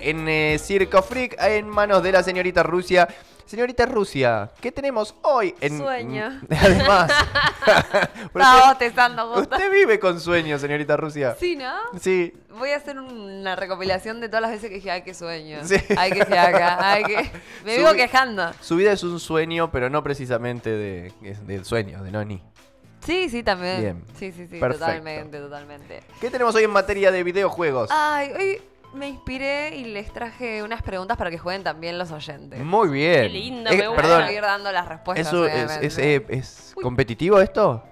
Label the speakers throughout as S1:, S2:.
S1: en eh, Circo Freak en manos de la señorita Rusia. Señorita Rusia, ¿qué tenemos hoy en
S2: Sueño.
S1: Además, Pero
S2: Está
S1: usted-
S2: bostezando, vos.
S1: usted vive con sueños, señorita Rusia.
S2: Sí, ¿no?
S1: Sí.
S2: Voy a hacer una recopilación de todas las veces que dije, ay, qué sueño.
S1: Sí.
S2: Ay, que se acá. Ay, que... Me vivo
S1: Subí-
S2: quejando.
S1: Su vida es un sueño, pero no precisamente de, es del sueño, de Noni.
S2: Sí, sí, también.
S1: Bien.
S2: Sí, sí, sí.
S1: Perfecto.
S2: Totalmente, totalmente.
S1: ¿Qué tenemos hoy en materia de videojuegos?
S3: Ah,
S2: Ay, hoy me inspiré y les traje unas preguntas para que jueguen también los oyentes.
S1: Muy bien.
S3: Qué lindo,
S1: Eh,
S3: me gusta.
S1: Mm, Perdón,
S2: Van a ir dando las respuestas.
S1: ¿eso es, es,
S2: obviamente.
S1: eh, es competitivo esto?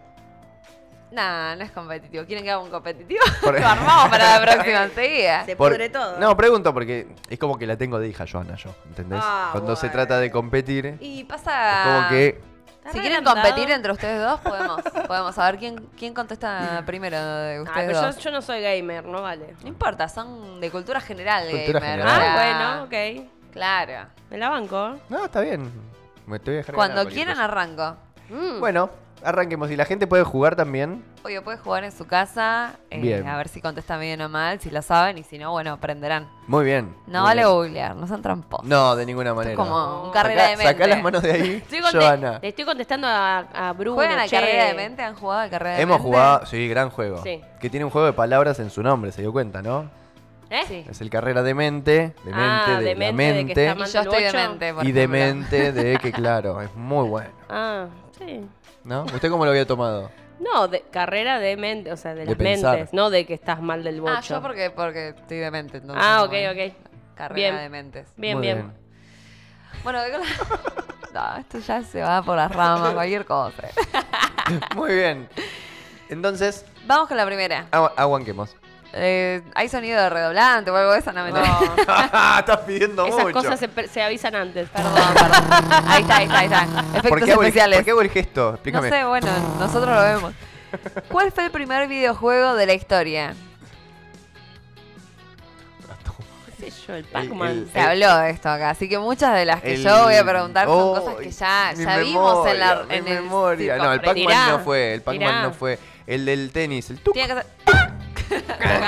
S2: Nah, no es competitivo. ¿Quieren que haga un competitivo?
S1: Por-
S2: Lo armamos para la próxima enseguida.
S3: Se
S1: Por-
S3: pudre Eh, todo.
S1: No, pregunto porque es como que la tengo de hija, Joana, yo, ¿entendés?
S3: Ah,
S1: Cuando se
S3: bueno.
S1: trata de competir,
S2: Y
S1: es
S2: pasa...
S1: como que...
S3: Está
S2: Si
S3: re
S2: quieren
S3: agrandado.
S2: competir entre ustedes dos, podemos. Podemos saber quién, quién contesta primero de
S3: Ah,
S2: ustedes
S3: pero yo,
S2: dos.
S3: yo no soy gamer, no vale.
S2: No importa, son de cultura general
S1: Cultura
S2: gamer.
S1: general.
S3: Ah,
S2: o sea,
S3: bueno, ok.
S2: Claro.
S3: Me la banco.
S1: No, está bien. Me estoy dejando
S2: Cuando quieran arranco.
S3: Mm.
S1: Bueno, arranquemos. Y la gente puede jugar también.
S2: Oye, puede jugar en su casa, eh,
S1: Bien.
S2: a ver si contestan bien o mal, si la saben, y si no, bueno, aprenderán.
S1: Muy bien.
S2: No
S1: muy
S2: vale
S1: bien.
S2: googlear, no sean tramposos.
S1: No, de ninguna manera.
S2: como un
S3: No.
S2: carrera
S1: Sacá-
S2: de mente.
S1: sacá las manos de ahí,
S3: Estoy conte-
S1: Joana.
S3: le estoy contestando a, a Bruno.
S2: ¿Juegan a
S3: che.
S2: carrera de mente? ¿Han jugado a carrera de
S1: Hemos
S2: mente?
S1: jugado, sí, gran juego.
S3: Sí.
S1: Que tiene un juego de palabras en su nombre, se dio cuenta, ¿no?
S3: ¿Eh?
S2: Sí.
S1: Es el carrera de mente, de mente,
S3: Ah,
S1: de,
S3: de
S1: la
S3: mente, de que
S1: mente,
S3: está
S2: Y
S3: mal.
S2: yo estoy
S3: Mando el ocho.
S2: demente, por
S1: y de
S2: ejemplo.
S1: mente de que, claro, es muy bueno.
S3: Ah, sí.
S1: ¿No? ¿Usted cómo lo había tomado?
S3: No, de, carrera de mente, o sea, de,
S1: De
S3: las
S1: pensar.
S3: mentes, no de que estás mal del bocho.
S2: Ah, yo porque, porque estoy demente. Entonces
S3: Ah,
S2: no,
S3: ok,
S2: bueno.
S3: ok.
S2: Carrera
S3: Bien.
S2: de mentes.
S3: Bien,
S1: Muy
S3: bien.
S2: Bueno, de- no, esto ya se va por las ramas, cualquier cosa.
S1: Muy bien. Entonces,
S2: Vamos con la primera.
S1: agu- aguanquemos.
S2: Eh, ¿Hay sonido de redoblante o algo de eso? No me
S1: Estás pidiendo
S3: Esas
S1: mucho.
S3: cosas se, pre- se avisan antes. Ah,
S2: Perdón, perdón. Ahí está, ahí está, ahí está. Efectos
S1: ¿Por qué, hago el,
S2: especiales.
S1: por qué hago el gesto?
S2: no
S1: Explícame.
S2: sé, bueno, nosotros lo vemos. ¿Cuál fue el primer videojuego de la historia?
S3: ¿Qué sé yo? El
S1: El-
S3: Pac-Man.
S2: Se
S1: Eh,
S2: habló de esto acá, así que muchas de las que
S1: El-
S2: yo voy a preguntar son
S1: Oh,
S2: cosas que ya,
S1: mi
S2: ya vimos en la
S1: memoria,
S2: en
S1: mi
S2: el
S1: memoria.
S2: circo.
S1: No, el Pac-Man
S3: Tirá,
S1: no fue. El Pac-Man
S3: tirá.
S1: no fue. El del tenis. El tuc.
S2: Tiene que ser. eh,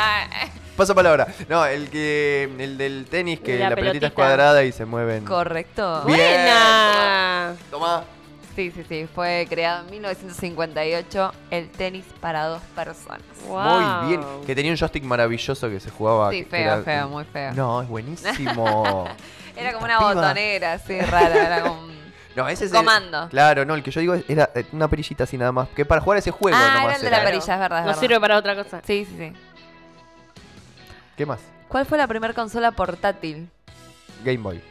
S1: Pasa palabra. No, el que el del tenis que la,
S3: La
S1: pelotita es
S3: pelotita.
S1: cuadrada y se mueven.
S2: Correcto.
S1: Bien.
S3: ¡Buena!
S1: Tomá.
S2: Sí, sí, sí. Fue creado en 1958 el tenis para dos personas.
S3: Wow.
S1: Muy bien. Que tenía un joystick maravilloso que se jugaba.
S2: Sí,
S1: que- que
S2: feo,
S1: era-
S2: feo, muy feo.
S1: No, es buenísimo.
S2: Era como
S1: Esta
S2: una
S1: piba.
S2: botonera, así rara. Era como... un-
S1: No, ese es
S2: Un comando.
S1: El, claro, no, el que yo digo era eh, una perillita así nada más. Que para jugar ese juego
S2: Ah,
S1: nomás
S2: era el de la
S1: era.
S2: perilla, es verdad. es
S3: No
S2: verdad.
S3: sirve para otra cosa.
S2: Sí, sí, sí.
S1: ¿Qué más?
S2: ¿Cuál fue la primera consola portátil?
S1: Game Boy.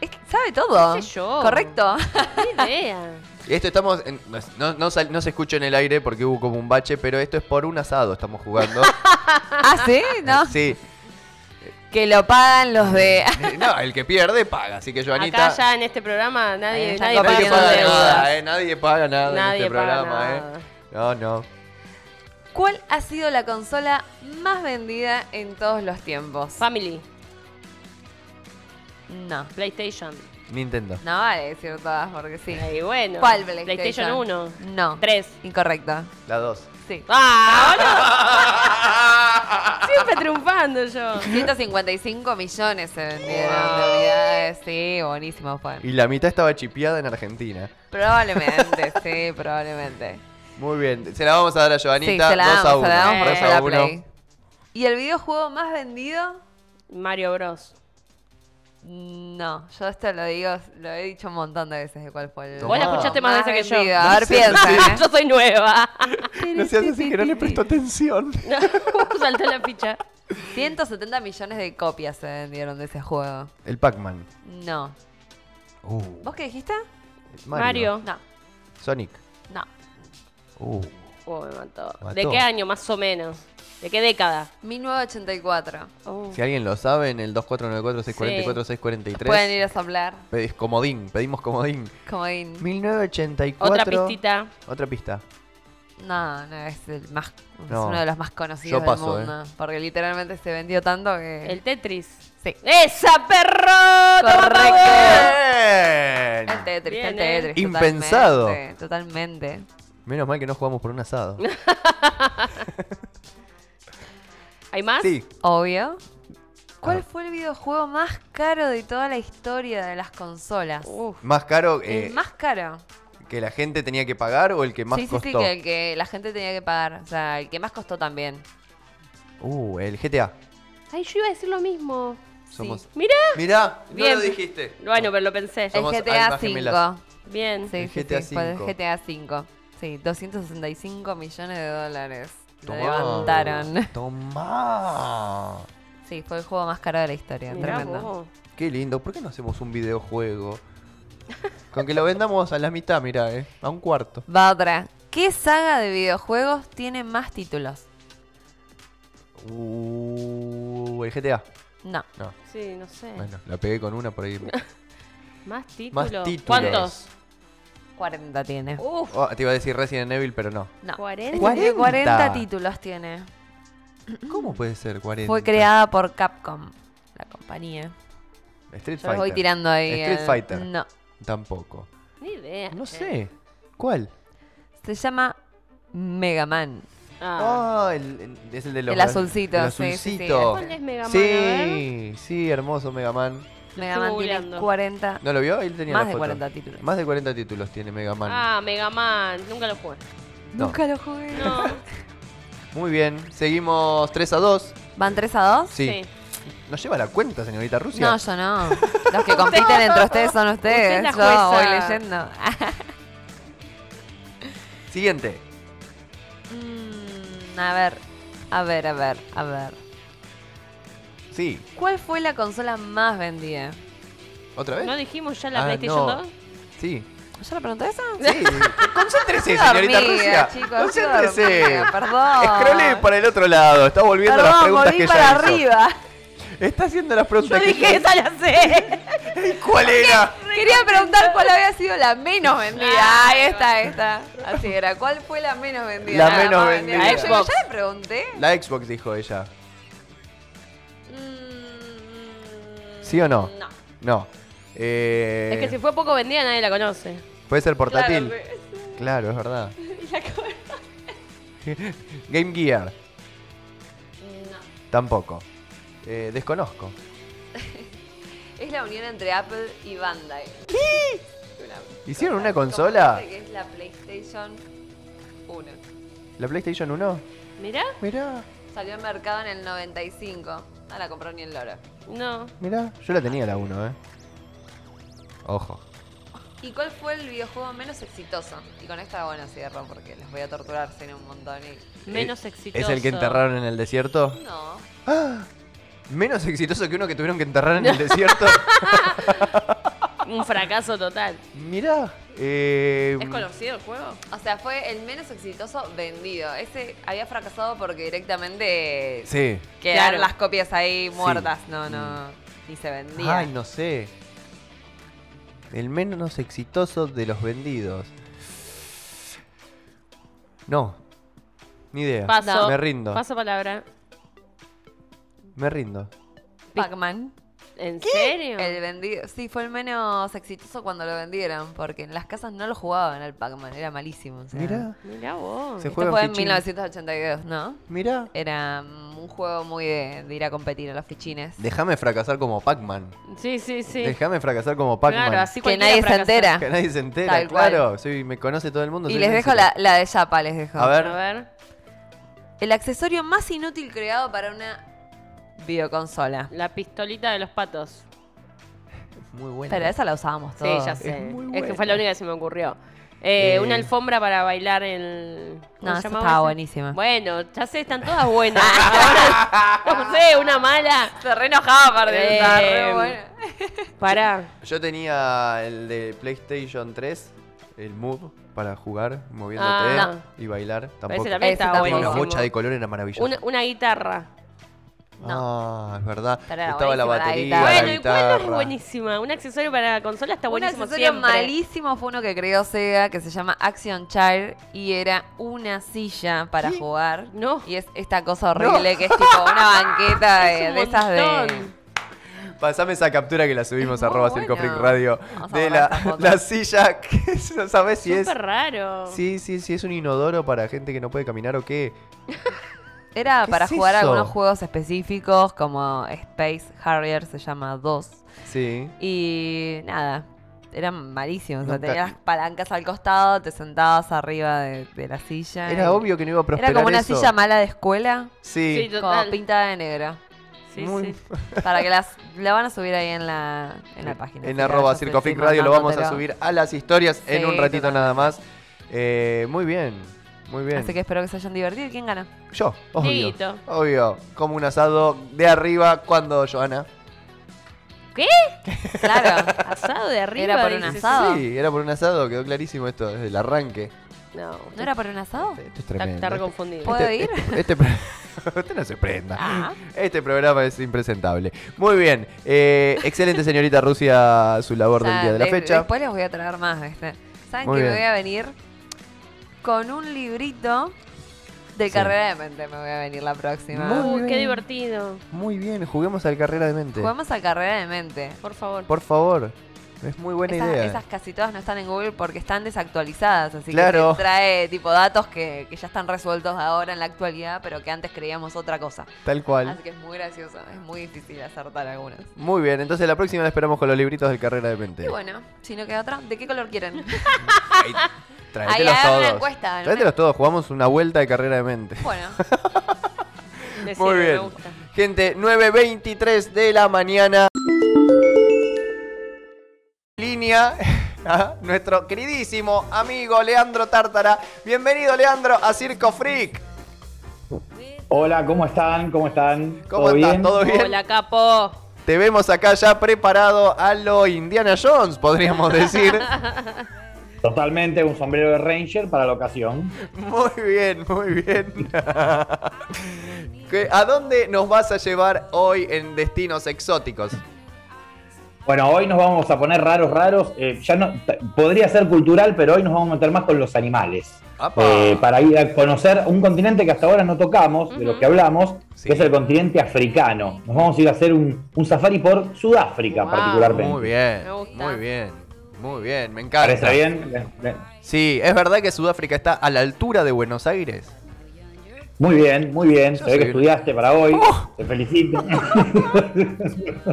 S2: Es que sabe todo.
S3: ¿Qué sé yo?
S2: Correcto.
S3: Ni idea.
S1: Esto estamos. en- no, no- no sal- no se escucha en el aire porque hubo como un bache, pero esto es por un asado estamos jugando.
S2: ah, sí, ¿no?
S1: Sí.
S2: Que lo pagan los de.
S1: No, el que pierde paga. Así que Joanita.
S3: Acá ya en este programa
S2: Ahí
S3: nadie,
S2: está
S3: nadie
S1: Nadie
S2: compartiendo
S3: paga
S1: paga
S3: sus deudas.
S1: nada, eh. Nadie paga nada
S3: Nadie
S1: en este
S3: paga
S1: programa,
S3: nada.
S1: eh. No, no.
S2: ¿Cuál ha sido la consola más vendida en todos los tiempos?
S3: Family,
S2: No.
S3: PlayStation.
S1: Nintendo.
S2: No vale decir todas porque sí.
S3: Ahí bueno.
S2: ¿Cuál PlayStation?
S3: 1.
S2: No.
S3: 3.
S2: Incorrecto.
S1: La 2.
S2: Sí.
S3: ¡Ah! boludo! Siempre triunfando yo.
S2: 155 millones se vendieron de unidades. Sí, buenísimo fue.
S1: Y la mitad estaba chipeada en Argentina.
S2: Probablemente, sí, probablemente.
S1: Muy bien. Se la vamos a dar a Joanita.
S2: sí, se la
S1: 2
S2: damos,
S1: a
S2: se
S1: 1.
S2: la damos porque
S3: dos
S2: fue la
S1: a uno.
S2: Play. ¿Y el videojuego más vendido?
S3: Mario Bros.
S2: No, yo esto lo digo, lo he dicho un montón de veces de cuál fue el.
S1: Vos
S3: Vos la
S1: Tomá.
S3: escuchaste más veces que yo.
S2: vendido. A ver, ¿eh? piensa, ¿eh?
S3: Yo soy nueva.
S1: No seas así que no le prestó atención.
S3: Salté la ficha.
S2: 170 millones de copias se vendieron de ese juego.
S1: El Pac-Man.
S2: No.
S1: Uh,
S2: ¿Vos qué dijiste?
S3: Mario.
S2: No,
S1: Sonic.
S2: no.
S1: Uh.
S3: Oh, me mató.
S1: Mató.
S3: ¿De qué año más o menos? ¿De qué década?
S2: 1984.
S3: Oh.
S1: Si alguien lo sabe, en el 2494-644-643.
S2: Pueden ir a soplar.
S1: Pedís comodín, pedimos comodín.
S2: Comodín.
S1: 1984.
S3: Otra pistita.
S1: Otra pista.
S2: No, no, es el más es
S1: No.
S2: uno de los más conocidos
S1: Yo paso, eh.
S2: del mundo. Porque literalmente se vendió tanto que.
S3: El Tetris.
S2: Sí.
S3: ¡Esa perro! Toma,
S2: Correcto.
S3: pavo.
S1: Bien.
S2: El Tetris,
S3: Bien,
S2: el Tetris.
S1: ¿eh? Impensado.
S2: Totalmente. totalmente.
S1: Menos mal que no jugamos por un asado.
S3: ¿Hay más?
S1: Sí.
S2: Ah. Obvio. ¿Cuál
S1: Ah.
S2: fue el videojuego más caro de toda la historia de las consolas?
S3: Uf.
S1: ¿Más caro Uh, eh,
S2: el más caro.
S1: que la gente tenía que pagar o el que más
S2: sí,
S1: costó?
S2: sí, sí, que el que la gente tenía que pagar. O sea, el que más costó también.
S1: Uh, el GTA.
S3: Ay, yo iba a decir lo mismo.
S1: Somos.
S3: Mirá.
S1: Mirá,
S3: Bien.
S1: no lo dijiste.
S3: Bueno, pero lo pensé.
S1: Somos
S2: el GTA
S1: almas gemelas.
S2: V.
S3: Bien.
S2: Sí,
S1: El
S2: sí,
S1: GTA
S2: sí, fue el
S1: V.
S2: GTA V. Sí, 265 millones de dólares. Lo
S1: Tomá,
S2: levantaron.
S1: Tomá.
S2: Sí, fue el juego más caro de la historia.
S3: Mirá
S2: tremendo.
S3: vos.
S1: Qué lindo. ¿Por qué no hacemos un videojuego? Con que lo vendamos a la mitad, mirá, eh. A un cuarto.
S2: Va otra. ¿Qué saga de videojuegos tiene más títulos?
S1: Uh, el GTA.
S2: No.
S1: No.
S3: Sí, no sé.
S1: Bueno, la pegué con una por ahí.
S3: Más títulos.
S1: Más títulos.
S3: ¿Cuántos?
S2: 40 tiene.
S3: Uf.
S1: Oh, te iba a decir Resident Evil, pero no.
S2: No.
S3: Uh,
S2: Este
S3: ¿cuarenta?
S2: Tiene 40
S1: ¿Cuarenta?
S2: títulos tiene.
S1: ¿Cómo puede ser 40?
S2: Fue creada por Capcom, la compañía.
S1: Street
S2: Yo los
S1: Fighter.
S2: voy tirando ahí.
S1: Street
S2: eh,
S1: Fighter.
S2: No.
S1: Tampoco.
S3: Ni idea.
S1: No
S3: che.
S1: sé. ¿Cuál?
S2: Se llama Mega Man.
S3: Ah.
S1: Ah, el- el- es el de los.
S2: El azulcito,
S1: El
S2: sí, sí, sí.
S1: azulcito.
S3: ¿Cuál es Mega Man? A
S1: Oh.
S3: ver.
S1: Sí, sí, hermoso Mega Man.
S2: Mega
S3: estoy
S2: Man tiene
S3: googleando.
S2: 40.
S1: ¿No lo vio? Él tenía
S2: Más
S1: la
S2: de
S1: foto.
S2: 40 títulos.
S1: Más de 40 títulos tiene Mega Man.
S3: Ah, Mega Man. Nunca lo jugué.
S1: No.
S2: Nunca lo jugué.
S3: No.
S1: Muy bien, seguimos 3 a 2.
S2: ¿Van 3 a 2?
S1: Sí.
S3: Sí.
S1: ¿Nos lleva la cuenta, señorita Rusia?
S2: No, yo no. Los que compiten entre ustedes son ustedes.
S3: Usted es la
S2: yo voy
S3: jueza.
S2: leyendo.
S1: Siguiente.
S2: Mm, a ver, a ver, a ver, a ver.
S1: Sí,
S2: ¿Cuál fue la consola más vendida?
S1: ¿otra vez?
S3: ¿No dijimos ya la
S1: Ah,
S3: PlayStation
S1: no.
S3: 2?
S1: Sí.
S2: ¿Yo la pregunté esa?
S1: Sí. Concéntrese,
S2: Yo
S1: señorita
S2: dormía,
S1: Rusia.
S2: chicos, yo
S1: Concéntrese.
S2: dormía, perdón.
S1: Escrolé para el otro lado. Está volviendo a pues, las
S2: Perdón,
S1: preguntas
S2: volví
S1: que
S2: para
S1: ya hizo.
S2: arriba.
S1: Está haciendo las preguntas
S3: Yo
S1: que
S3: dije, esa la sé.
S1: ¿Cuál era?
S2: Quería preguntar cuál había sido la menos vendida. Ah, ahí está, ahí está. Así era. ¿Cuál fue la menos vendida?
S1: La
S2: más
S1: menos vendida.
S2: Yo digo,
S3: Xbox.
S2: ¿Ya le pregunté?
S1: La Xbox dijo ella.
S2: Mm,
S1: ¿Sí o no?
S2: No.
S1: No. Eh,
S3: Es que si fue poco vendida, nadie la conoce.
S1: Puede ser portátil.
S3: Claro,
S1: Claro, es verdad. Game Gear. Tampoco. Eh, desconozco.
S2: Es la unión entre Apple y Bandai.
S1: ¿Hicieron una consola?
S2: Que es la PlayStation 1.
S1: ¿La PlayStation 1?
S3: ¿Mirá?
S1: Mirá,
S2: Salió al mercado en el 95. No la compró ni el loro.
S3: No.
S1: mirá. Yo la tenía la 1, eh. Ojo.
S2: ¿Y cuál fue el videojuego menos exitoso? Y con esta, bueno, cierro porque los voy a torturar sin un montón. y-
S3: Menos
S1: Eh,
S3: exitoso.
S1: ¿Es el que enterraron en el desierto?
S2: No.
S1: ¡Ah! Menos exitoso que uno que tuvieron que enterrar en el desierto.
S3: Un fracaso total.
S1: Mirá. eh,
S3: ¿Es conocido el juego?
S2: O sea, fue el menos exitoso vendido. Ese había fracasado porque directamente
S1: sí.
S2: quedaron
S3: Claro.
S2: las copias ahí
S1: Sí. Mm.
S2: muertas. No, no. Ni se vendía.
S1: Ay, no sé. El menos exitoso de los vendidos. No. Ni idea.
S3: Paso.
S1: Me rindo.
S3: Paso palabra.
S1: Me rindo.
S2: Pac-Man.
S3: ¿En serio?
S2: El vendido, sí, fue el menos exitoso cuando lo vendieron, porque en las casas no lo jugaban al Pac-Man, era malísimo. o sea.
S1: Mirá.
S3: Mirá vos.
S1: Se
S2: Esto
S1: juega
S2: fue en
S1: fichín.
S2: 1982, ¿no?
S1: Mirá.
S2: Era mm, un juego muy de, de ir a competir a los fichines.
S1: Déjame fracasar como Pac-Man.
S3: Sí, sí, sí.
S1: Déjame fracasar como Pac-Man.
S3: Claro, así
S2: que
S3: cualquiera
S2: nadie se
S3: fracasa.
S2: entera.
S1: Que nadie se entera,
S2: Tal cual.
S1: claro. Soy, me conoce todo el mundo.
S2: Y
S1: soy
S2: les
S1: un
S2: dejo
S1: éxito.
S2: la, la de Yapa, les dejo.
S1: A ver.
S3: A ver.
S2: El accesorio más inútil creado para una videoconsola.
S3: La pistolita de los patos.
S1: Muy buena.
S2: Pero esa la usábamos
S3: Sí,
S2: todos.
S3: ya sé.
S1: muy
S3: Es que
S1: buena.
S3: fue la única que se me ocurrió. Eh,
S1: Eh.
S3: Una alfombra para bailar el. ¿cómo
S2: No,
S3: se
S2: esa
S3: llamaba
S2: estaba
S3: ese?
S2: buenísima.
S3: Bueno, ya sé, están todas buenas. Ahora, no sé, una mala.
S2: Se re enojaba
S3: aparte, está
S2: Eh,
S3: re buena. Pará.
S1: Yo tenía el de PlayStation 3, el Move, para jugar, moviéndote
S3: Ah.
S1: y bailar. Tampoco.
S3: Ese
S2: Ese
S3: también estaba
S2: tampoco.
S1: Tenía una
S2: buenísimo.
S1: bocha de color, era maravilloso.
S3: Una, una guitarra.
S1: Ah, es verdad.
S2: Pero
S1: Estaba la
S2: buenísima la
S1: batería, la
S2: guitarra.
S3: Bueno, igual no es
S1: guitarra.
S3: buenísima. Un accesorio para consola está
S2: Un
S3: buenísimo
S2: accesorio
S3: siempre.
S2: malísimo fue uno que creó Sega que se llama Action Chair y era una silla para
S1: ¿Qué?
S2: jugar.
S3: No.
S2: Y es esta cosa horrible que es tipo una banqueta de,
S3: Es un
S2: de esas de.
S3: montón.
S1: Pasame esa captura que la subimos
S2: Es
S1: a
S2: muy
S1: arroba
S2: bueno.
S1: Circo Freak Radio.
S2: Vamos a
S1: De
S2: borrar esa
S1: la,
S2: foto.
S1: la silla que no sabes si es.
S3: Súper raro.
S1: Sí, sí, sí, es un inodoro para gente que no puede caminar o qué.
S2: Era
S1: ¿Qué
S2: para
S1: es
S2: jugar a
S1: eso?
S2: algunos juegos específicos como Space Harrier, se llama 2.
S1: Sí.
S2: Y nada, eran malísimos. O sea,
S1: Nunca-
S2: tenías las palancas al costado, te sentabas arriba de, de la silla. y-
S1: Era obvio que no iba a prosperar
S2: Era como una
S1: eso.
S2: silla mala de escuela,
S1: Sí.
S3: Sí, Total.
S2: como pintada de negro.
S3: Sí,
S1: Muy-
S3: sí.
S2: Para que las la van a subir ahí en la, en la página.
S1: En
S2: así que
S1: arroba
S2: vayas
S1: Circofric
S2: encima
S1: Radio lo vamos a
S2: mandándotelo.
S1: subir a las historias en
S2: Sí,
S1: un ratito
S2: totalmente.
S1: nada más. Eh, muy bien, muy bien.
S2: Así que espero que se hayan divertido. ¿Quién gana?
S1: Yo, obvio.
S3: Dieguito.
S1: Obvio, como un asado de arriba cuando Joana.
S2: Claro.
S3: Asado de arriba.
S2: Era por un
S3: dices.
S2: asado.
S1: Sí, era por un asado, quedó clarísimo esto desde el arranque.
S3: No,
S2: ¿No era para un asado?
S1: Esto es
S3: está,
S1: tremendo.
S3: está reconfundido.
S2: Oh. ¿Puedo
S1: Este-
S2: ir?
S1: este- este pro- Usted no se prenda.
S2: Ah.
S1: Este programa es impresentable. Muy bien. eh, excelente, señorita Rusia, su labor
S2: O sea,
S1: del día de la
S2: de-
S1: fecha.
S2: Después les voy a traer más, ¿viste? ¿Saben
S1: Muy
S2: que me
S1: bien.
S2: voy a venir con un librito de
S1: Sí.
S2: carrera de mente? Me voy a venir la próxima.
S1: Muy
S3: Ah, Uy, qué
S1: bien.
S3: divertido.
S1: Muy bien, juguemos al carrera de mente.
S2: Jugamos a carrera de mente.
S3: Por favor.
S1: Por favor. Es muy buena
S2: Esas,
S1: idea.
S2: esas casi todas no están en Google porque están desactualizadas, así
S1: Claro.
S2: que te trae tipo datos que, que ya están resueltos ahora en la actualidad, pero que antes creíamos otra cosa.
S1: Tal cual.
S2: Así que es muy gracioso, es muy difícil acertar algunas.
S1: Muy bien, entonces la próxima la esperamos con los libritos del carrera de mente.
S2: Y bueno, si no queda otra, ¿de qué color quieren?
S1: Ahí, Tráetelos
S2: Ahí, hagan una
S1: todos.
S2: encuesta, ¿no?
S1: Tráetelos todos, jugamos una vuelta de carrera de mente.
S2: Bueno,
S1: Muy
S3: Me sirve,
S1: bien.
S3: Me gusta.
S1: Gente, 9.23 de la mañana. Línea a nuestro queridísimo amigo Leandro Tártara. Bienvenido, Leandro, a Circo Freak.
S4: Hola, ¿cómo están? ¿Cómo están?
S1: ¿Cómo estás? ¿Todo bien?
S3: Hola, capo.
S1: Te vemos acá ya preparado a lo Indiana Jones, podríamos decir.
S4: Totalmente un sombrero de Ranger para la ocasión.
S1: Muy bien, muy bien. ¿Qué- ¿A dónde nos vas a llevar hoy en destinos exóticos?
S4: Bueno, hoy nos vamos a poner raros, raros. eh, ya no t- podría ser cultural, pero hoy nos vamos a meter más con los animales.
S1: ¡Apa!
S4: Eh, para ir a conocer un continente que hasta ahora no tocamos, de lo que hablamos,
S1: Sí.
S4: que es el continente africano. Nos vamos a ir a hacer un, un safari por Sudáfrica,
S3: Wow.
S4: particularmente.
S1: Muy bien,
S3: Me gusta.
S1: muy bien, muy bien, me encanta.
S4: ¿Parece bien? Le- le-
S1: Sí, es verdad que Sudáfrica está a la altura de Buenos Aires.
S4: Muy bien, muy bien.
S1: Yo
S4: Se ve que
S1: soy-
S4: estudiaste para hoy.
S1: ¡Oh!
S4: Te felicito.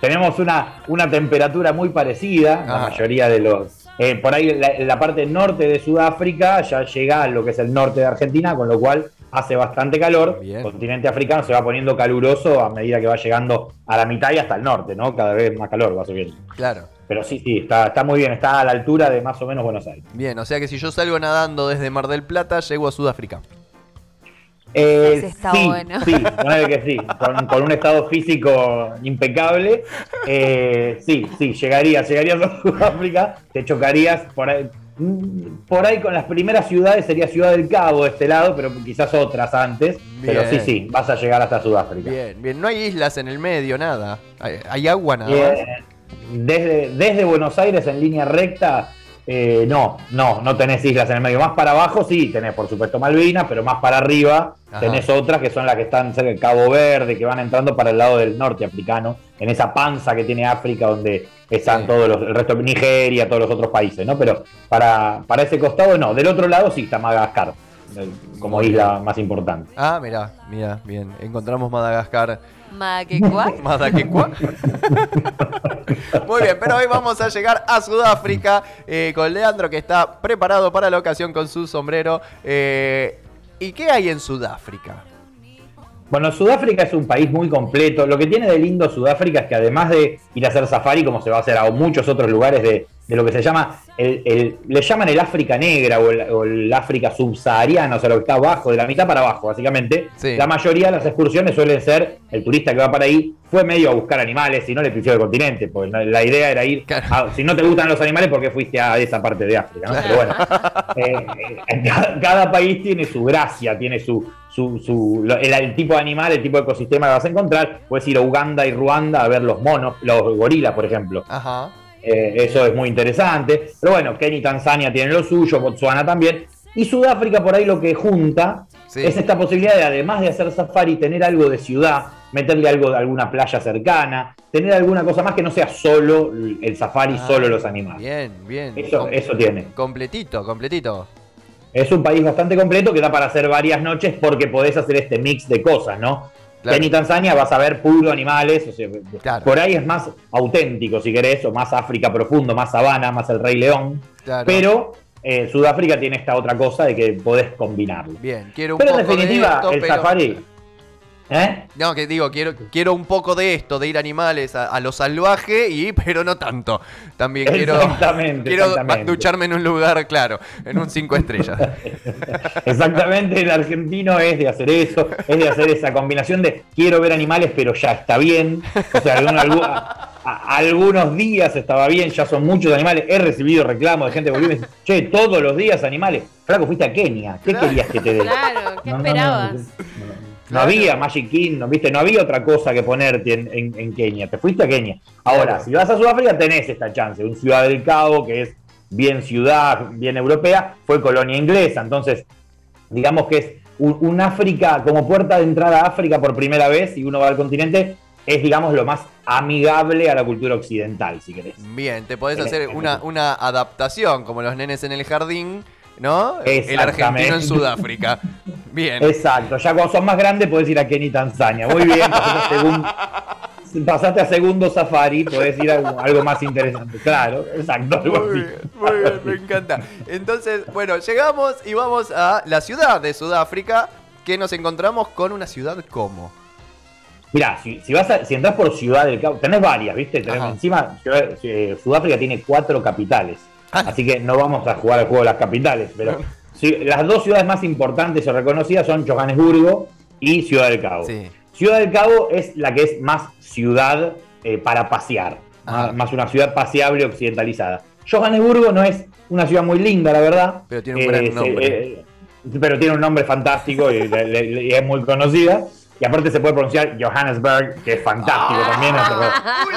S4: Tenemos una, una temperatura muy parecida,
S1: Ah.
S4: la mayoría de los. eh, por ahí la, la parte norte de Sudáfrica ya llega a lo que es el norte de Argentina, con lo cual hace bastante calor.
S1: Bien.
S4: El continente africano se va poniendo caluroso a medida que va llegando a la mitad y hasta el norte, ¿no? Cada vez más calor va subiendo.
S1: Claro.
S4: Pero sí, sí, está, está muy bien, está a la altura de más o menos Buenos Aires.
S1: Bien, o sea que si yo salgo nadando desde Mar del Plata, llego a Sudáfrica.
S4: Eh,
S2: Ese está
S4: sí,
S2: bueno.
S4: sí, ponele que sí, con, con un estado físico impecable, eh, sí, sí, llegarías, llegarías a Sudáfrica, te chocarías por ahí, mm, por ahí con las primeras ciudades, sería Ciudad del Cabo de este lado, pero quizás otras antes, pero sí,
S1: Bien.
S4: sí, vas a llegar hasta Sudáfrica.
S1: Bien, bien, no hay islas en el medio, nada. Hay, hay agua nada más.
S4: Eh, desde, desde Buenos Aires en línea recta, eh, no, no, no tenés islas en el medio. Más para abajo sí, tenés por supuesto Malvinas, pero más para arriba
S1: Ajá.
S4: tenés otras que son las que están cerca de Cabo Verde, que van entrando para el lado del norte africano, en esa panza que tiene África donde están
S1: Sí.
S4: todos los, el resto, Nigeria, todos los otros países, ¿no? Pero para, para ese costado no, del otro lado sí está Madagascar, eh, como
S1: Muy
S4: isla más importante.
S1: Ah, mirá, mirá, bien. Encontramos Madagascar.
S2: ma que cuac.
S1: Madaquecua. Muy bien, pero hoy vamos a llegar a Sudáfrica eh, con Leandro que está preparado para la ocasión con su sombrero. Eh, ¿Y qué hay en Sudáfrica?
S4: Bueno, Sudáfrica es un país muy completo. Lo que tiene de lindo Sudáfrica es que además de ir a hacer safari, como se va a hacer a muchos otros lugares de, de lo que se llama, el, el- le llaman el África negra o el, o el África subsahariana, o sea, lo que está abajo, de la mitad para abajo, básicamente.
S1: Sí.
S4: La mayoría de las excursiones suelen ser, el turista que va para ahí fue medio a buscar animales, si no le pifió el continente, porque no- la idea era ir,
S1: Claro.
S4: a- si no te gustan los animales, porque fuiste a esa parte de África, ¿no? Pero bueno, eh, eh, cada, cada país tiene su gracia, tiene su, su, su- lo- el, el tipo de animal, el tipo de ecosistema que vas a encontrar. Puedes ir a Uganda y Ruanda a ver los monos, los gorilas, por ejemplo.
S1: Ajá.
S4: Eh, eso es muy interesante. Pero bueno, Kenia y Tanzania tienen lo suyo, Botswana también. Y Sudáfrica por ahí lo que junta
S1: Sí.
S4: es esta posibilidad de, además de hacer safari, tener algo de ciudad, meterle algo de alguna playa cercana, tener alguna cosa más que no sea solo el safari,
S1: Ah,
S4: solo los animales.
S1: Bien, bien.
S4: Eso,
S1: Com-
S4: eso tiene.
S1: Completito, completito.
S4: Es un país bastante completo que da para hacer varias noches porque podés hacer este mix de cosas, ¿no?
S1: Claro.
S4: Kenia y Tanzania vas a ver puro animales, o sea,
S1: Claro.
S4: por ahí es más auténtico, si querés, o más África profundo, más Habana, más el Rey León.
S1: Claro.
S4: Pero eh, Sudáfrica tiene esta otra cosa de que podés combinarlo.
S1: Bien, quiero un
S4: Pero en
S1: poco de
S4: definitiva,
S1: esto,
S4: el
S1: pero-
S4: safari. ¿Eh?
S1: No, que digo, quiero, quiero un poco de esto, de ir animales a, a lo salvaje, y pero no tanto. También quiero,
S4: Exactamente,
S1: quiero
S4: exactamente.
S1: ducharme en un lugar, claro, en un cinco estrellas.
S4: Exactamente, el argentino es de hacer eso, es de hacer esa combinación de quiero ver animales, pero ya está bien. O sea, algún- algu- a- a- algunos días estaba bien, ya son muchos animales. He recibido reclamos de gente que volvió y me dice, che, todos los días animales. Flaco, fuiste a Kenia, ¿qué
S1: Claro.
S4: querías que te dé?
S3: Claro, ¿qué
S4: No, no, no,
S3: esperabas?
S4: no, no, No había Magic Kingdom, ¿viste? No había otra cosa que ponerte en, en- en Kenia. Te fuiste a Kenia. Ahora,
S1: Claro.
S4: si vas a Sudáfrica, tenés esta chance. Un Ciudad del Cabo, que es bien ciudad, bien europea, fue colonia inglesa. Entonces, digamos que es un, un África, como puerta de entrada a África por primera vez, y uno va al continente, es, digamos, lo más amigable a la cultura occidental, si querés.
S1: Bien, te podés
S4: En
S1: hacer
S4: este
S1: una,
S4: momento.
S1: una adaptación, como los nenes en el jardín, ¿no? El argentino en
S4: Exactamente.
S1: Sudáfrica. Bien.
S4: Exacto, ya cuando sos más grande podés ir a Kenia y Tanzania. Muy bien, pasaste a, segun- pasaste a segundo safari, podés ir a algo- algo más interesante. Claro, exacto. algo
S1: Muy
S4: así.
S1: bien, muy bien, me encanta. Entonces, bueno, llegamos y vamos a la ciudad de Sudáfrica, que nos encontramos con una ciudad como.
S4: Mirá, si, si vas a- si entras por Ciudad del Cabo, tenés varias, ¿viste? Tenés-
S1: Ajá.
S4: encima, Ciudad- eh, Sudáfrica tiene cuatro capitales.
S1: Ah.
S4: Así que no vamos a jugar al juego de las capitales, pero sí, las dos ciudades más importantes o reconocidas son Johannesburgo y Ciudad del Cabo.
S1: Sí.
S4: Ciudad del Cabo es la que es más ciudad eh, para pasear,
S1: Ajá.
S4: más, más una ciudad paseable occidentalizada. Johannesburgo no es una ciudad muy linda, la verdad.
S1: Pero tiene un gran
S4: se-
S1: nombre.
S4: eh, pero tiene un nombre fantástico y, le- le- le- y es muy conocida. Y aparte se puede pronunciar Johannesburg, que es fantástico
S1: Ah.
S4: también. o sea,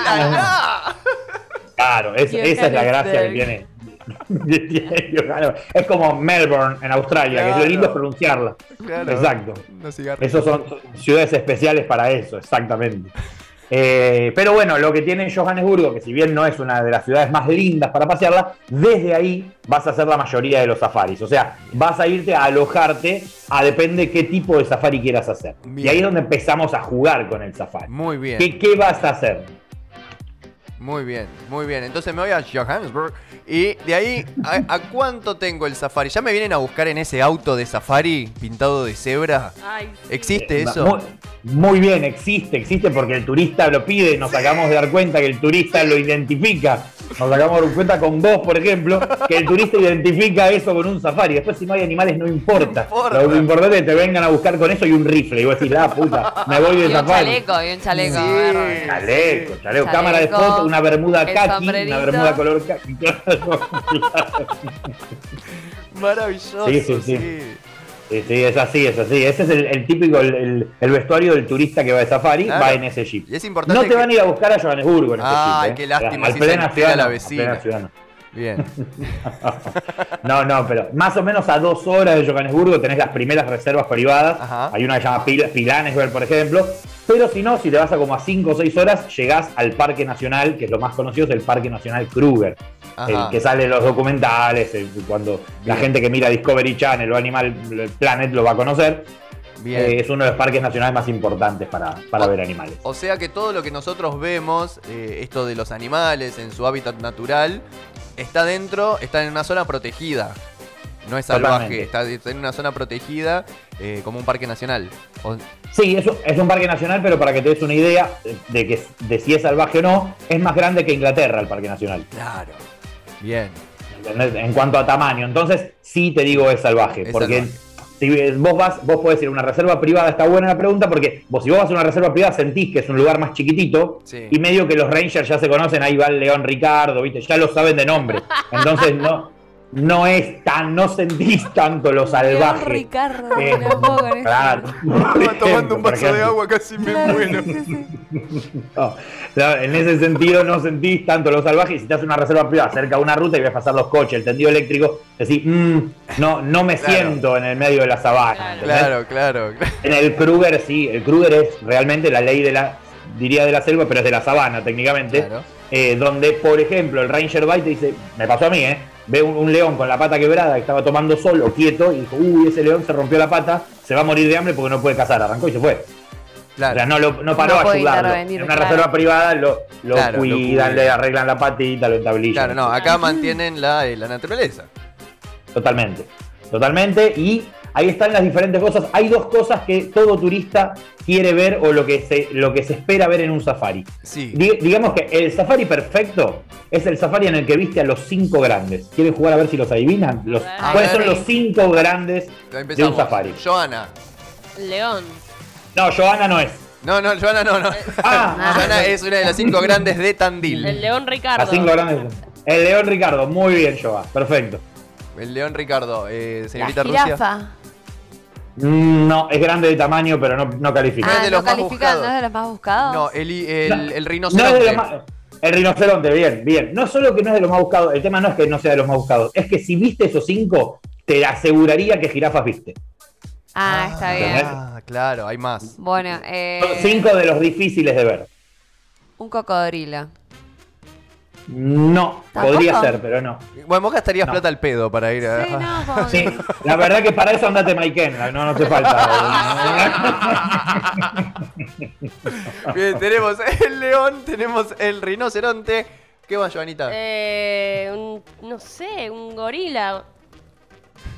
S2: Ah,
S1: ¡Ulala!
S4: Claro, es- esa es la gracia que
S3: Johannesburg.
S4: tiene. que tiene Johannesburg. es como Melbourne en Australia, que
S1: Claro.
S4: lo lindo es pronunciarla.
S1: Claro.
S4: Exacto.
S1: Unos cigarros.
S4: Esos son ciudades especiales para eso, exactamente. Eh, pero bueno, lo que tiene Johannesburgo, que si bien no es una de las ciudades más lindas para pasearla, desde ahí vas a hacer la mayoría de los safaris. O sea, vas a irte a alojarte a depende qué tipo de safari quieras hacer.
S1: Bien.
S4: Y ahí es donde empezamos a jugar con el safari.
S1: Muy bien.
S4: ¿Qué, qué vas a hacer?
S1: Muy bien, muy bien. Entonces me voy a Johannesburg y de ahí, ¿a, a cuánto tengo el safari? ¿Ya me vienen a buscar en ese auto de safari pintado de cebra?
S3: Ay, sí.
S1: ¿Existe
S4: Muy,
S1: eso?
S4: muy bien, existe, existe porque el turista lo pide, nos acabamos de dar cuenta que el turista lo identifica. Nos acabamos de dar cuenta con vos, por ejemplo, que el turista identifica eso con un safari. Después, si no hay animales, no importa.
S1: No importa.
S4: Lo importante es que te vengan a buscar con eso y un rifle. Y vos decís, la puta, me voy
S2: Y
S4: de
S2: un
S4: safari.
S2: chaleco, y un chaleco.
S1: Sí.
S2: agarro.
S4: Chaleco, chaleco,
S2: Chaleco,
S4: cámara de foto, una bermuda
S2: el
S4: khaki,
S2: sombrerito.
S4: una bermuda color khaki.
S1: Maravilloso.
S4: Sí, sí, sí. Sí, sí, es así, es así. Ese es el, el típico, el, el- el vestuario del turista que va de safari,
S1: Claro.
S4: va en ese jeep.
S1: Y es importante
S4: No te
S1: que-
S4: van a ir a buscar a Johannesburgo en ese
S1: Ay,
S4: jeep. ¿eh?
S1: qué lástima,
S4: Al
S1: si se
S4: plena
S1: entera
S4: ciudad,
S1: la
S4: no, al
S1: vecina.
S4: plena ciudad no.
S1: Bien.
S4: No, no, pero más o menos a dos horas de Johannesburgo tenés las primeras reservas privadas.
S1: Ajá.
S4: Hay una que se llama Pil Pilanesberg, por ejemplo. Pero si no, si te vas a como a 5 o 6 horas, llegás al Parque Nacional, que es lo más conocido, es el Parque Nacional Kruger.
S1: Ajá.
S4: El que sale en los documentales, el- cuando la
S1: Bien.
S4: gente que mira Discovery Channel o Animal Planet lo va a conocer.
S1: Bien. Ah,
S4: Eh, es uno de los parques nacionales más importantes para, para ver animales.
S1: O sea que todo lo que nosotros vemos, eh, esto de los animales en su hábitat natural, está dentro, está en una zona protegida. No es salvaje,
S4: Totalmente.
S1: está, está en una zona protegida eh, como un parque nacional. O-
S4: Sí, es un, es un parque nacional, pero para que te des una idea de, que, de si es salvaje o no, es más grande que Inglaterra el parque nacional.
S1: claro. Bien.
S4: ¿entendés? En cuanto a tamaño. Entonces, sí te digo es salvaje.
S1: Es
S4: porque
S1: salvaje.
S4: si vos vas, vos podés ir a una reserva privada, está buena la pregunta, porque vos si vos vas a una reserva privada sentís que es un lugar más chiquitito
S1: Sí.
S4: y medio que los Rangers ya se conocen, ahí va el León Ricardo, viste, ya lo saben de nombre. Entonces no, no es tan, no sentís tanto lo salvaje.
S2: Ricardo,
S4: Eh,
S2: mirá un poco con esto.
S4: claro.
S1: Estaba tomando un
S4: Por
S1: vaso de
S4: ejemplo.
S1: agua, casi me
S2: Claro,
S1: muero.
S2: sí, sí,
S4: No, no, Oh, en ese sentido no sentís tanto lo salvaje. Y Si te haces una reserva privada cerca de una ruta y ves pasar los coches, el tendido eléctrico, decís, "Mm, no, no me
S1: Claro.
S4: siento en el medio de la sabana. ¿entendés?
S1: Claro, claro. claro.
S4: En el Kruger sí, el Kruger es realmente la ley de la, diría de la selva, pero es de la sabana técnicamente.
S1: Claro.
S4: Eh, donde, por ejemplo, el Ranger va y te dice, me pasó a mí, ¿eh? ve un, un león con la pata quebrada que estaba tomando sol o quieto y dijo, uy, ese león se rompió la pata, se va a morir de hambre porque no puede cazar. Arrancó y se fue. O sea,
S1: Claro.
S4: no, lo- no paró
S2: No
S4: a
S2: puede
S4: ayudarlo. En
S2: intervenir,
S4: una
S2: claro.
S4: reserva privada lo, lo
S1: Claro, lo
S4: cuidan,
S1: cuidan.
S4: le arreglan la patita, lo entablillan.
S1: Claro, no, acá mantienen la, eh, la naturaleza.
S4: Totalmente, totalmente. Y ahí están las diferentes cosas. Hay dos cosas que todo turista quiere ver o lo que se, lo que se espera ver en un safari.
S1: Sí.
S4: Di- digamos que el safari perfecto es el safari en el que viste a los cinco grandes. ¿Quieren jugar a ver si los adivinan? Los,
S3: A
S4: ¿Cuáles
S1: ver.
S4: son los cinco grandes?
S1: Empezamos.
S4: De un safari.
S1: Joana.
S3: León.
S4: No, Joana no es.
S1: No, no, Joana no, no.
S4: Ah,
S1: Joana es una de las cinco grandes de Tandil.
S3: El león Ricardo.
S4: las cinco grandes. El león Ricardo, muy bien, Joa, perfecto.
S1: El león Ricardo, eh,
S2: La
S1: señorita Rusia.
S2: jirafa.
S4: Mm, No, es grande de tamaño, pero no, no califica.
S1: No es
S2: Ah,
S1: de
S2: no
S1: los más
S2: califican, no
S1: buscados.
S2: es de los más buscados.
S1: No, el, i- el, el
S4: No es de
S1: rinoceronte.
S4: lo más- el rinoceronte, bien, bien. No solo que no es de los más buscados, el tema no es que no sea de los más buscados, es que si viste esos cinco, te aseguraría que jirafas viste.
S2: Ah, está bien.
S1: Ah, claro, hay más.
S2: Bueno,
S4: Son
S2: eh,
S4: cinco de los difíciles de ver.
S2: un cocodrilo.
S4: No,
S2: ¿Tampoco?
S4: podría ser, pero no.
S1: Bueno, vos gastarías
S4: No.
S1: plata al pedo para ir a.
S2: Sí, no, como
S4: Ah. Sí,
S2: que-
S4: la verdad que para eso andate Maiken, no, no te falta.
S1: Bien, tenemos el león, tenemos el rinoceronte. ¿Qué más, Joanita?
S3: Eh, un- no sé, un gorila.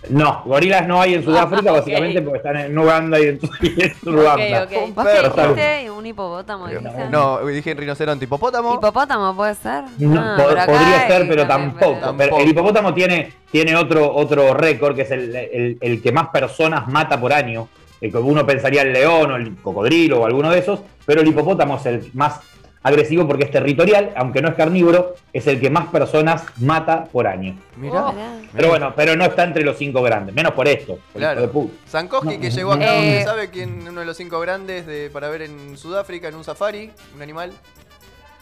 S4: No, gorilas no hay en Sudáfrica,
S3: Ah, ok.
S4: básicamente porque están en Uganda y en, y en Ruanda.
S3: Ok, ok.
S2: ¿Vos qué
S1: perro.
S2: dijiste? Un hipopótamo, dijiste.
S1: no, dije rinoceronte, hipopótamo.
S2: Hipopótamo puede ser.
S4: No,
S2: Ah,
S4: po-
S2: pero acá
S4: podría
S2: hay-
S4: ser, pero
S2: también,
S4: tampoco.
S2: pero-
S4: Pero
S1: Tampoco.
S4: el hipopótamo tiene, tiene otro, otro récord, que es el, el- el que más personas mata por año. Eh, Como uno pensaría el león o el cocodrilo o alguno de esos, pero el hipopótamo es el más agresivo porque es territorial, aunque no es carnívoro, es el que más personas mata por año.
S1: Mirá.
S2: Oh.
S4: Pero bueno, pero no está entre los cinco grandes, menos por esto. por hijo de
S1: Claro.
S4: puta.
S1: Sankoski
S4: No.
S1: que llegó acá,
S2: Eh.
S1: donde ¿sabe quién? Uno de los cinco grandes de, para ver en Sudáfrica, en un safari, un animal.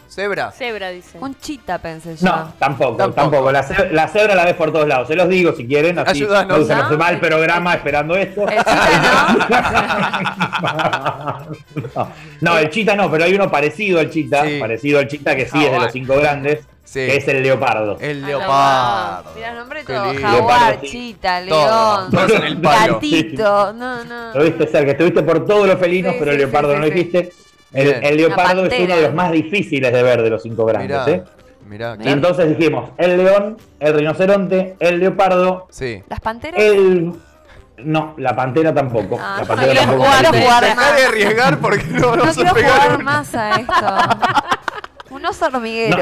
S1: Cebra.
S3: Zebra, dice.
S2: Un chita pensé yo.
S4: No, tampoco,
S1: Tampoco.
S4: tampoco. La, ce- la cebra la ves por todos lados. Se los digo si quieren. Así
S1: Ayúdanos.
S4: No se
S2: No.
S4: nos va el programa esperando esto.
S2: El chita no.
S4: No, no, el chita no, pero hay uno parecido al chita,
S1: Sí.
S4: parecido al chita que sí
S1: Ah,
S4: es de
S1: bueno.
S4: los cinco grandes,
S1: Sí. Eh.
S4: que es el leopardo.
S1: El
S3: Ah,
S1: leopardo.
S2: Mirá el nombre de
S1: Qué
S2: todo.
S1: lindo.
S2: Jaguar,
S4: Leopardo, sí.
S2: chita,
S1: Todo.
S2: león,
S1: Todos en el palo.
S2: gatito. No, no.
S4: Lo viste cerca, estuviste por todos los felinos,
S2: Sí,
S4: pero
S2: sí,
S4: el leopardo
S2: sí,
S4: no
S2: sí,
S4: lo dijiste. El,
S1: Bien.
S4: el leopardo es
S2: pantera.
S4: uno de los más difíciles de ver de los cinco grandes.
S1: Mirá,
S4: ¿eh?
S1: mirá,
S4: Y
S1: claro.
S4: entonces dijimos, el león, el rinoceronte, el leopardo,
S1: Sí.
S2: Las panteras.
S4: el... No, la pantera tampoco.
S2: Ah,
S4: la pantera
S3: no
S4: tampoco.
S3: quiero
S4: es
S3: jugar,
S4: difícil.
S2: jugar
S1: Dejá
S2: más.
S1: de arriesgar porque no
S2: No
S1: vamos
S2: quiero
S1: a pegar
S2: jugar
S1: un-
S2: más a esto. Un oso hormiguero.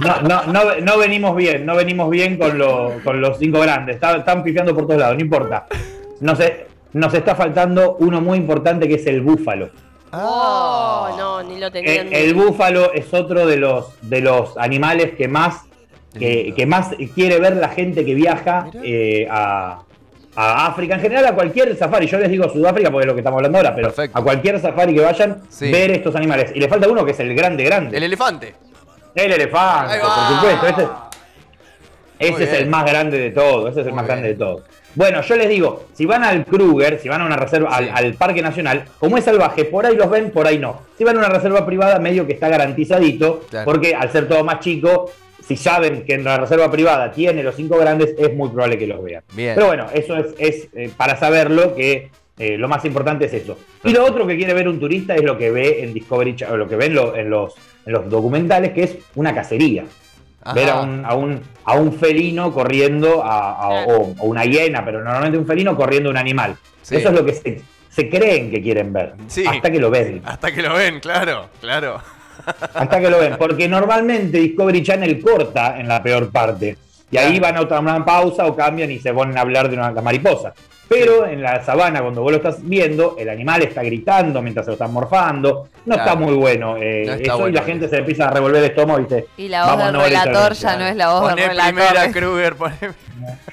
S4: No, no, no, no venimos bien, no venimos bien con, lo- con los cinco grandes. Está- están pifiando por todos lados, no importa. Nos, e- nos está faltando uno muy importante que es el búfalo.
S1: Ah.
S3: Oh, no, ni lo tenía.
S4: Eh, El, el búfalo es otro de los, de los animales que más, que, que más quiere ver la gente que viaja
S1: Mirá.
S4: eh, a, a África. En general, a cualquier safari. Yo les digo Sudáfrica porque es lo que estamos hablando ahora, pero
S1: Perfecto.
S4: a cualquier safari que vayan,
S1: Sí.
S4: ver estos animales. Y le falta uno que es el grande, grande.
S1: El elefante.
S4: El elefante,
S1: Ahí
S4: por
S1: va.
S4: supuesto. Ese, ese
S1: Muy
S4: es el
S1: bien.
S4: más grande de todos. Ese es el
S1: Muy
S4: más grande de
S1: bien.
S4: todos. Bueno, yo les digo, si van al Kruger, si van a una reserva,
S1: Sí.
S4: al, al Parque Nacional, como es salvaje, por ahí los ven, por ahí no. Si van a una reserva privada, medio que está garantizadito,
S1: Claro.
S4: porque al ser todo más chico, si saben que en la reserva privada tiene los cinco grandes, es muy probable que los vean.
S1: Bien.
S4: Pero bueno, eso es, es, eh, para saberlo que eh, lo más importante es eso. Y lo otro que quiere ver un turista es lo que ve en Discovery Channel, o lo que ven en, los, en los documentales, que es una cacería.
S1: Ajá.
S4: Ver a un, a, un, a un felino corriendo, a, a-
S3: Claro.
S4: o, o una hiena, pero normalmente un felino corriendo a un animal.
S1: Sí.
S4: Eso es lo que se, se creen que quieren ver.
S1: Sí.
S4: Hasta que lo ven.
S1: Hasta que lo ven, claro, claro.
S4: Hasta que lo ven. Porque normalmente Discovery Channel corta en la peor parte. Y ahí van a otra una pausa o cambian y se ponen a hablar de una, la mariposa. Pero en la sabana, cuando vos lo estás viendo, el animal está gritando mientras se lo están morfando. No
S1: Claro.
S4: está muy bueno eh,
S1: No está
S4: eso y
S1: bueno.
S4: la gente se le empieza a revolver el estómago y dice...
S2: Y la voz
S4: "Vamos,
S2: del
S4: no, ahorita
S2: relator
S4: no".
S2: ya no es la voz
S1: Poné
S2: del
S1: primera,
S2: relator.
S1: Kruger, poné.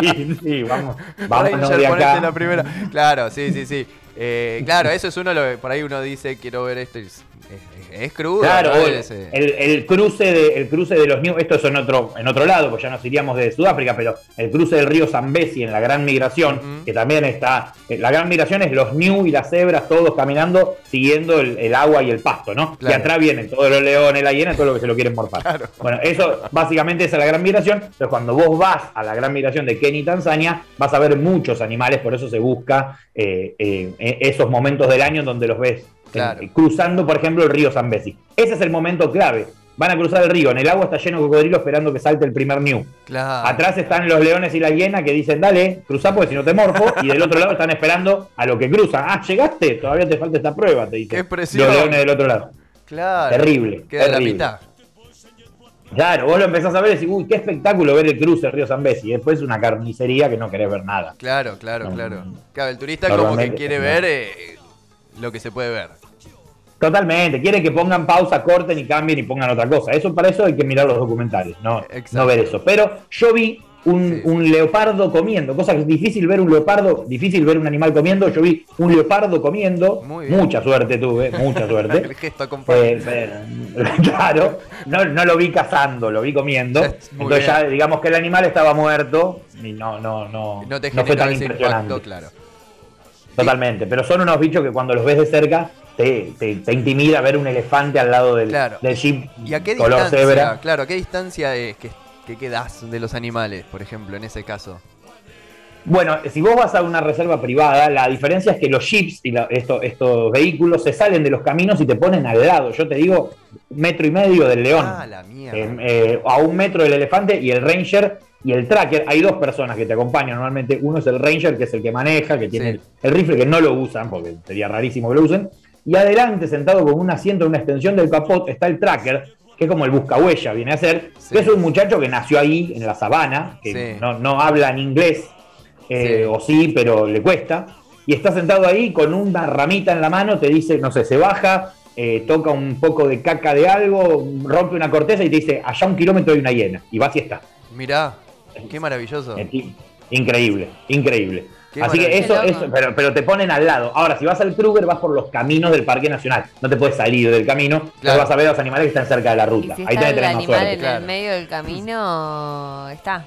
S4: sí, sí, vamos. Vamos
S1: Ranger,
S4: de
S1: ponete
S4: acá.
S1: la primera. Claro, sí, sí, sí. Eh, claro, eso es uno, lo, por ahí uno dice, quiero ver esto y s- Es, es- eh, es crudo.
S4: Claro,
S1: ¿no?
S4: el,
S1: Ese-
S4: el- el cruce de, el cruce de los New, esto es en otro, en otro lado, pues ya nos iríamos de Sudáfrica, pero el cruce del río Zambezi en la Gran Migración,
S1: Ujú.
S4: que también está, eh, la Gran Migración es los New y las cebras todos caminando, siguiendo el, el agua y el pasto, ¿no?
S1: Claro.
S4: Y atrás vienen todos los leones, la hiena, todo lo que se lo quieren morfar. Bueno, eso básicamente es a la Gran Migración, entonces cuando vos vas a la Gran Migración de Kenia y Tanzania, vas a ver muchos animales, por eso se busca eh, eh, eh, esos momentos del año en donde los ves
S1: Claro.
S4: en- cruzando, por ejemplo, el río Zambezi. Ese es el momento clave. Van a cruzar el río, en el agua está lleno de cocodrilos esperando que salte el primer new.
S1: claro.
S4: Atrás están los leones y la hiena que dicen, dale, cruzá porque si no te morfo. Y del otro lado están esperando a lo que cruzan. Ah, llegaste, todavía te falta esta prueba, te
S1: Qué
S4: dicen. Los
S1: presión.
S4: leones del otro lado.
S1: Claro.
S4: Terrible,
S1: Queda en la
S4: terrible.
S1: mitad.
S4: Claro, vos lo empezás a ver y decís, uy, qué espectáculo ver el cruce del río Zambezi. Y Después es una carnicería que no querés ver nada.
S1: Claro, claro,
S4: No.
S1: claro. Claro, el turista como que
S4: Normalmente,
S1: quiere
S4: no.
S1: ver eh, lo que se puede ver.
S4: Totalmente, quieren que pongan pausa, corten y cambien y pongan otra cosa. Eso para eso hay que mirar los documentales, no,
S1: Exacto.
S4: no ver eso. Pero yo vi un,
S1: Sí.
S4: un leopardo comiendo, cosa que es difícil ver un leopardo, difícil ver un animal comiendo. Yo vi un leopardo comiendo,
S1: Muy bien.
S4: mucha suerte tuve, mucha suerte.
S1: El gesto acompaña.
S4: Eh, pero- claro, no, no lo vi cazando, lo vi comiendo.
S1: Muy
S4: Entonces ya
S1: bien.
S4: digamos que el animal estaba muerto y no, no, no,
S1: no te
S4: no fue
S1: genera
S4: tan
S1: ese
S4: impresionante.
S1: impacto, claro.
S4: Totalmente, pero son unos bichos que cuando los ves de cerca te, te, te intimida ver un elefante al lado del,
S1: Claro.
S4: del jeep
S1: ¿Y a qué
S4: color
S1: distancia?
S4: cebra.
S1: Claro, ¿a qué distancia es que, que quedás de los animales, por ejemplo, en ese caso?
S4: Bueno, si vos vas a una reserva privada, la diferencia es que los jeeps y la- esto- estos vehículos se salen de los caminos y te ponen al lado. Yo te digo, metro y medio del león.
S1: Ah, la mierda.
S4: Eh, eh, a un metro del elefante y el ranger y el tracker. Hay dos personas que te acompañan normalmente. Uno es el ranger, que es el que maneja, que tiene
S1: Sí.
S4: el rifle, que no lo usan, porque sería rarísimo que lo usen. Y adelante, sentado con un asiento, una extensión del capot, está el tracker, que es como el buscahuella, viene a ser.
S1: Sí.
S4: Que es un muchacho que nació ahí, en la sabana, que
S1: Sí.
S4: no, no habla en inglés, eh,
S1: Sí.
S4: o sí, pero le cuesta. Y está sentado ahí con una ramita en la mano, te dice, no sé, se baja, eh, toca un poco de caca de algo, rompe una corteza y te dice, allá un kilómetro hay una hiena. Y vas y está.
S1: Mirá, qué maravilloso.
S4: Eh, in- Increíble, increíble.
S1: Qué
S4: Así que
S1: maravilla.
S4: eso,
S2: Qué loco.
S4: eso pero, pero te ponen al lado. Ahora, si vas al Kruger, vas por los caminos del Parque Nacional. No te puedes salir del camino, pero
S1: Claro.
S4: vas a ver a los animales que están cerca de la
S2: Y
S4: ruta.
S2: si
S4: Ahí
S2: está
S4: tenés que
S2: el
S4: tener más
S2: animal
S4: suerte.
S2: en
S1: claro.
S2: el medio del camino, está.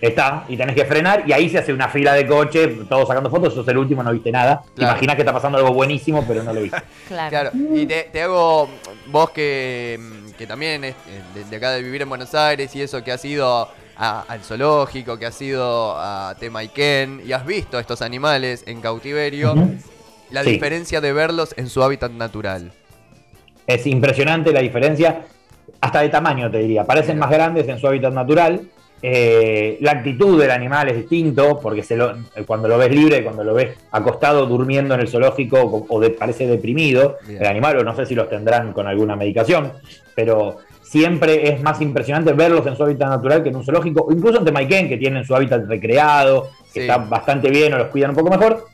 S4: Está, y tenés que frenar, y ahí se hace una fila de coche, todos sacando fotos, sos el último, no viste nada. Te
S1: Claro.
S4: imaginás que está pasando algo buenísimo, pero no lo viste.
S2: Claro.
S1: Claro, y te, te hago, vos que, mm, que también es eh, de, de acá de vivir en Buenos Aires y eso, que has ido a- al zoológico, que has ido a Temayquén y has visto a estos animales en cautiverio,
S4: Ujú.
S1: la
S4: Sí.
S1: diferencia de verlos en su hábitat natural.
S4: Es impresionante la diferencia, hasta de tamaño te diría. Parecen
S1: Mira.
S4: más grandes en su hábitat natural. eh, la actitud del animal es distinto, porque se lo- cuando lo ves libre, cuando lo ves acostado, durmiendo en el zoológico o, o de- parece deprimido,
S1: Bien.
S4: el animal, o no sé si los tendrán con alguna medicación, pero siempre es más impresionante verlos en su hábitat natural que en un zoológico, o incluso en Temaiken, que tienen su hábitat recreado,
S1: Sí.
S4: que está bastante bien o los cuidan un poco mejor.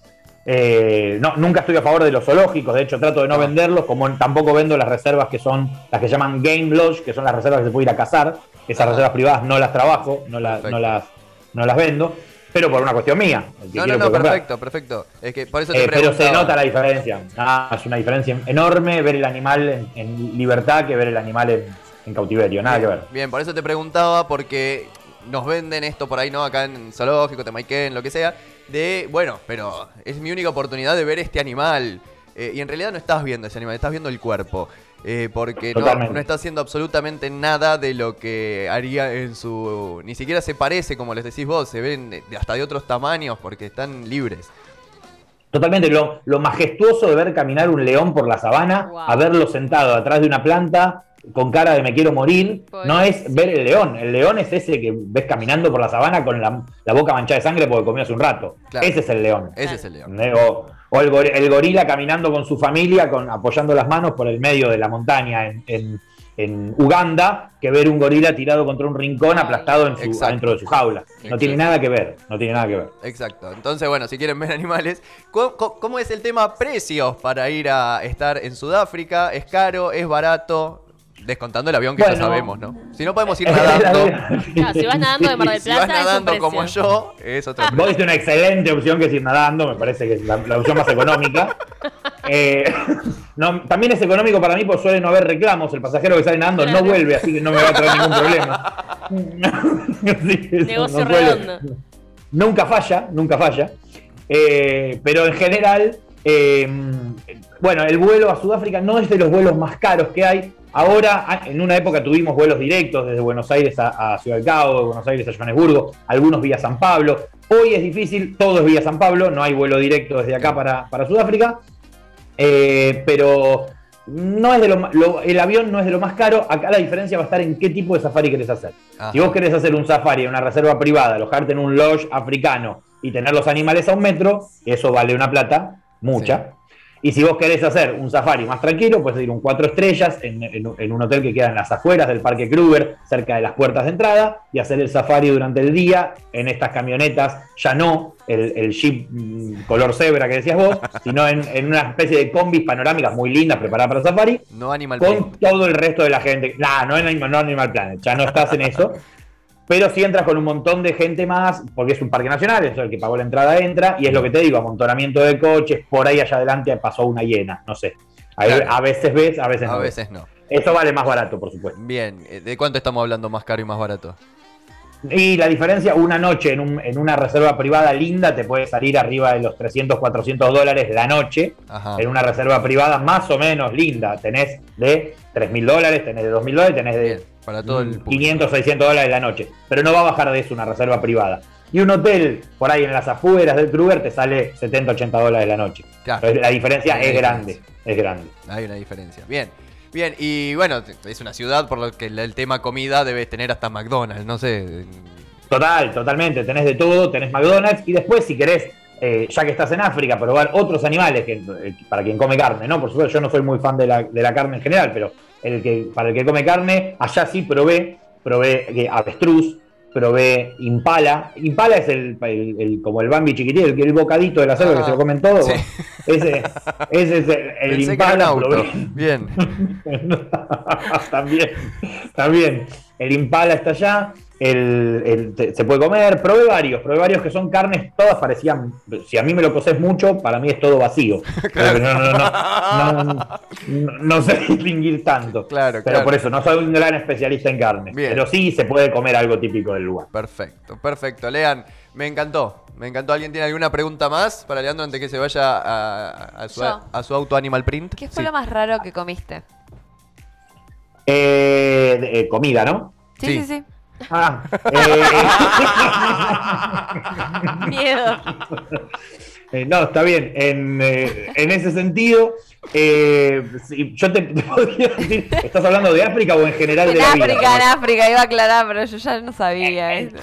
S4: Eh, no, nunca estoy a favor de los zoológicos, de hecho trato de
S1: Ah.
S4: no venderlos, como en- tampoco vendo las reservas que son las que llaman Game Lodge, que son las reservas que se puede ir a cazar. Esas
S1: Ajá.
S4: reservas privadas no las trabajo, no, la-
S1: Perfecto.
S4: no, las, no las vendo, pero por una cuestión mía. el que
S1: No, no,
S4: quiero
S1: no,
S4: puede comprar.
S1: perfecto, perfecto. Es que por eso te
S4: Eh, pero se
S1: preguntaba.
S4: nota la diferencia. Ah, es una diferencia enorme ver el animal en, en libertad que ver el animal en, en cautiverio, nada que ver.
S1: Bien, por eso te preguntaba, porque nos venden esto por ahí, ¿no? Acá en Zoológico, Temaiken, lo que sea. De, bueno, pero es mi única oportunidad de ver este animal. Eh, y en realidad no estás viendo ese animal, estás viendo el cuerpo. Eh, porque no,
S4: Totalmente.
S1: no está haciendo absolutamente nada de lo que haría en su... Ni siquiera se parece, como les decís vos, se ven de- hasta de otros tamaños porque están libres.
S4: Totalmente, lo, lo majestuoso de ver caminar un león por la sabana,
S3: Wow.
S4: a verlo sentado atrás de una planta con cara de me quiero morir,
S3: Pobre.
S4: no es ver el león. El león es ese que ves caminando por la sabana con la, la boca manchada de sangre porque comió hace un rato.
S1: Claro.
S4: Ese es el león.
S1: Ese es el león.
S4: ¿Entendés? O, o el, gor- el gorila caminando con su familia, con, apoyando las manos por el medio de la montaña en, en- en Uganda, que ver un gorila tirado contra un rincón aplastado en su,
S1: Exacto.
S4: dentro de su jaula. No tiene nada que ver, no tiene nada que ver.
S1: Exacto. Entonces, bueno, si quieren ver animales, ¿cómo, cómo- cómo es el tema precios para ir a estar en Sudáfrica? ¿Es caro? ¿Es barato? Descontando el avión que ya
S4: Bueno.
S1: sabemos, ¿no? Si no podemos ir nadando,
S3: Claro, si vas nadando de Mar del
S1: si vas
S3: Plaza, es un
S1: nadando
S3: precio.
S1: como yo, es otro
S4: Vos
S1: precio.
S4: diste una excelente opción que es ir nadando, me parece que es la, la opción más económica. Eh, no, también es económico para mí porque suele no haber reclamos. El pasajero que sale nadando
S3: Claro.
S4: no vuelve, así que no me va a traer ningún problema. Así que eso
S3: Negocio
S4: suele-
S3: redondo.
S4: Nunca falla, nunca falla. Eh, pero en general, eh, bueno, el vuelo a Sudáfrica no es de los vuelos más caros que hay. Ahora, ah, en una época tuvimos vuelos directos desde Buenos Aires a, a Ciudad del Cabo, de Buenos Aires a Johannesburgo, algunos vía San Pablo. Hoy es difícil, todo es vía San Pablo, no hay vuelo directo desde acá para, para Sudáfrica. Eh, pero no es de lo, ma- lo- el avión no es de lo más caro. Acá la diferencia va a estar en qué tipo de safari querés hacer.
S1: Ajá.
S4: Si vos querés hacer un safari en una reserva privada, alojarte en un lodge africano y tener los animales a un metro, eso vale una plata, mucha. Y si vos querés hacer un safari más tranquilo, puedes ir un cuatro estrellas en, en- en un hotel que queda en las afueras del Parque Kruger, cerca de las puertas de entrada, y hacer el safari durante el día en estas camionetas, ya no el, el jeep mm, color cebra que decías vos, sino en, en una especie de combis panorámicas muy lindas preparadas para el safari,
S1: No Animal
S4: con
S1: Print.
S4: todo el resto de la gente. Nah, no en Animal, no en Animal Planet, ya no estás en eso. Pero si entras con un montón de gente más, porque es un parque nacional, eso el que pagó la entrada entra, y es lo que te digo, amontonamiento de coches, por ahí allá adelante pasó una hiena, no sé. Ahí
S1: Claro.
S4: A veces ves, a veces
S1: A
S4: no. ves.
S1: veces no.
S4: Eso vale más barato, por supuesto.
S1: Bien, eh, ¿de cuánto estamos hablando más caro y más barato?
S4: Y la diferencia, una noche en, un- en una reserva privada linda te puede salir arriba de los 300, 400 dólares la noche,
S1: Ajá.
S4: en una reserva privada más o menos linda. Tenés de 3 mil dólares, tenés de 2 mil dólares, tenés de
S1: Bien, para todo el público.
S4: 500, 600 dólares la noche. Pero no va a bajar de eso una reserva privada. Y un hotel por ahí en las afueras del Kruger te sale 70, 80 dólares la noche.
S1: Claro.
S4: Entonces, la diferencia
S1: Hay
S4: es
S1: una
S4: grande,
S1: Ah, diferencia.
S4: es grande.
S1: Hay una diferencia. Bien. Bien, y bueno, t- es una ciudad por lo que el- el tema comida debes tener hasta McDonald's, no sé.
S4: Total, totalmente. Tenés de todo, tenés McDonald's y después si querés, eh, ya que estás en África, probar otros animales que, eh, para quien come carne, ¿no? Por supuesto, yo no soy muy fan de la, de la carne en general, pero el que, para el que come carne, allá sí probé, probé eh, avestruz, probé impala. Impala es el, el- el- como el Bambi chiquitito, el, el bocadito de la selva
S1: Ah,
S4: que se lo comen todo.
S1: sí.
S4: bueno, Ese, ese es el, el
S1: Pensé que era un
S4: impala.
S1: auto.
S4: probé-
S1: Bien.
S4: también, también. El impala está allá. El, el- te- se puede comer, probé varios, probé varios que son carnes, todas parecían, si a mí me lo coces mucho, para mí es todo vacío. Pero No, no, no, no, no- no sé distinguir tanto.
S1: Claro,
S4: Pero
S1: claro.
S4: por eso, no soy un gran especialista en carne.
S1: Bien.
S4: Pero sí se puede comer algo típico del lugar.
S1: Perfecto, perfecto. Lean, me encantó. Me encantó. ¿Alguien tiene alguna pregunta más para Leandro antes que se vaya a, a su,
S2: Yo.
S1: a su auto Animal Print?
S2: ¿Qué
S1: Sí.
S2: fue lo más raro que comiste?
S4: Eh, de- eh, comida, ¿no?
S2: Sí,
S1: Sí.
S2: sí, sí.
S4: Ah, eh,
S3: Miedo.
S4: Eh, no, está bien. En, eh, en ese sentido, eh, sí, yo te, te podría decir, ¿estás hablando de África o en general de
S2: En
S4: la vida? Eh,
S2: África, en África, iba a aclarar, pero yo ya no sabía.
S4: En,
S2: esto.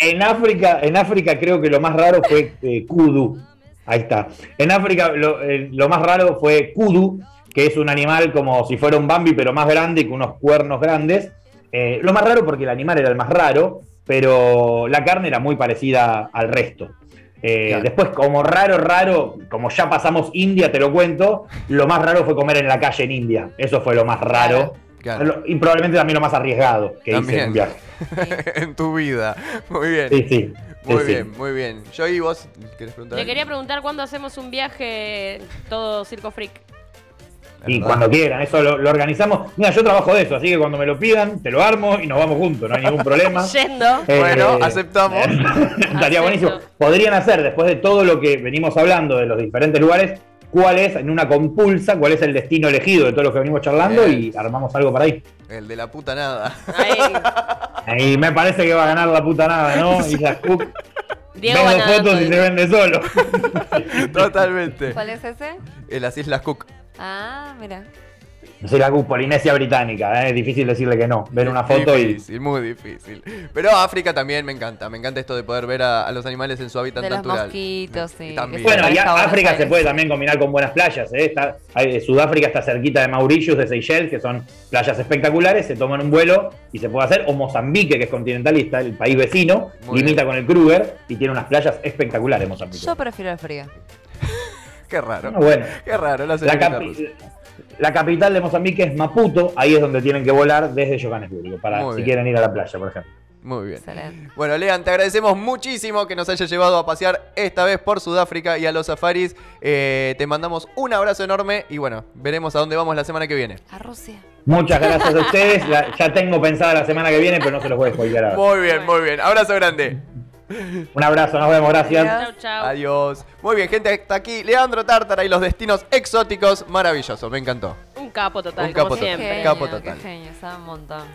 S4: en África, en África creo que lo más raro fue eh, kudu. Ahí está. En África lo, eh, lo más raro fue kudu, que es un animal como si fuera un Bambi, pero más grande y con unos cuernos grandes. Eh, lo más raro porque el animal era el más raro, pero la carne era muy parecida al resto. Eh,
S1: Claro.
S4: Después, como raro, raro, como ya pasamos India, te lo cuento, lo más raro fue comer en la calle en India. Eso fue lo más raro.
S1: Claro.
S4: Lo- Y probablemente también lo más arriesgado que hice en
S1: También.
S4: un viaje.
S1: en tu vida. Muy bien.
S4: Sí, sí.
S1: Muy
S4: Sí, sí.
S1: bien, muy bien. Yo y vos, ¿querés preguntar?
S3: Le quería preguntar cuándo hacemos un viaje todo circo freak.
S4: Y cuando quieran, eso lo, lo organizamos. Mira, yo trabajo de eso, así que cuando me lo pidan, te lo armo y nos vamos juntos, no hay ningún problema.
S3: Yendo.
S4: Eh,
S1: Bueno, aceptamos.
S4: Estaría buenísimo.
S3: Acepto.
S4: Podrían hacer, después de todo lo que venimos hablando de los diferentes lugares, cuál es, en una compulsa, cuál es el destino elegido de todo lo que venimos charlando
S1: Bien.
S4: y armamos algo para ahí.
S1: El de la puta nada.
S3: Ahí.
S4: Y me parece que va a ganar la puta nada, ¿no? Y las Cook
S3: Diego
S4: vende
S3: ganando.
S4: fotos y se vende solo.
S1: Totalmente.
S2: ¿Cuál es ese?
S1: En las Islas Cook.
S2: Ah, mira.
S4: Sí, la Cook, Polinesia Británica, ¿eh? es difícil decirle que no. Ver una foto y
S1: Difícil, muy difícil. Pero África también me encanta. Me encanta esto de poder ver a, a los animales en su hábitat
S2: De los
S1: natural.
S2: mosquitos, sí.
S1: Y también.
S4: Bueno, y
S2: Parece a
S4: a-
S2: Buenos
S4: África se
S2: Aires.
S4: puede también combinar con buenas playas. ¿eh? Está- hay- Sudáfrica está cerquita de Mauritius, de Seychelles, que son playas espectaculares. Se toman un vuelo y se puede hacer. O Mozambique, que es continental y está el país vecino,
S1: Muy
S4: limita con el Kruger y tiene unas playas espectaculares Mozambique.
S2: Yo prefiero el frío.
S1: Qué raro.
S4: Bueno,
S1: Qué raro, la
S4: la,
S1: señorita
S4: capi-
S1: Ruth.
S4: La capital de Mozambique es Maputo, ahí es donde tienen que volar desde Johannesburgo, para
S1: Muy
S4: si
S1: bien.
S4: quieren ir a la playa, por ejemplo.
S1: Muy bien.
S2: Excelente.
S1: Bueno, Lean, te agradecemos muchísimo que nos hayas llevado a pasear esta vez por Sudáfrica y a los safaris. Eh, te mandamos un abrazo enorme y bueno, veremos a dónde vamos la semana que viene.
S2: A Rusia.
S4: Muchas gracias a ustedes, la- ya tengo pensada la semana que viene, pero no se los voy a spoiler ahora.
S1: Muy bien, muy bien. Abrazo grande.
S4: Un abrazo, nos vemos, gracias.
S2: Adiós.
S3: Chau, chau.
S1: Adiós. Muy bien, gente, hasta aquí Leandro Tártara y los destinos exóticos. Maravilloso, me encantó.
S3: Un capo total,
S1: Un
S3: como
S1: capo total.
S3: siempre.
S1: Capo
S2: Qué
S1: total.
S2: genio, sabe un montón.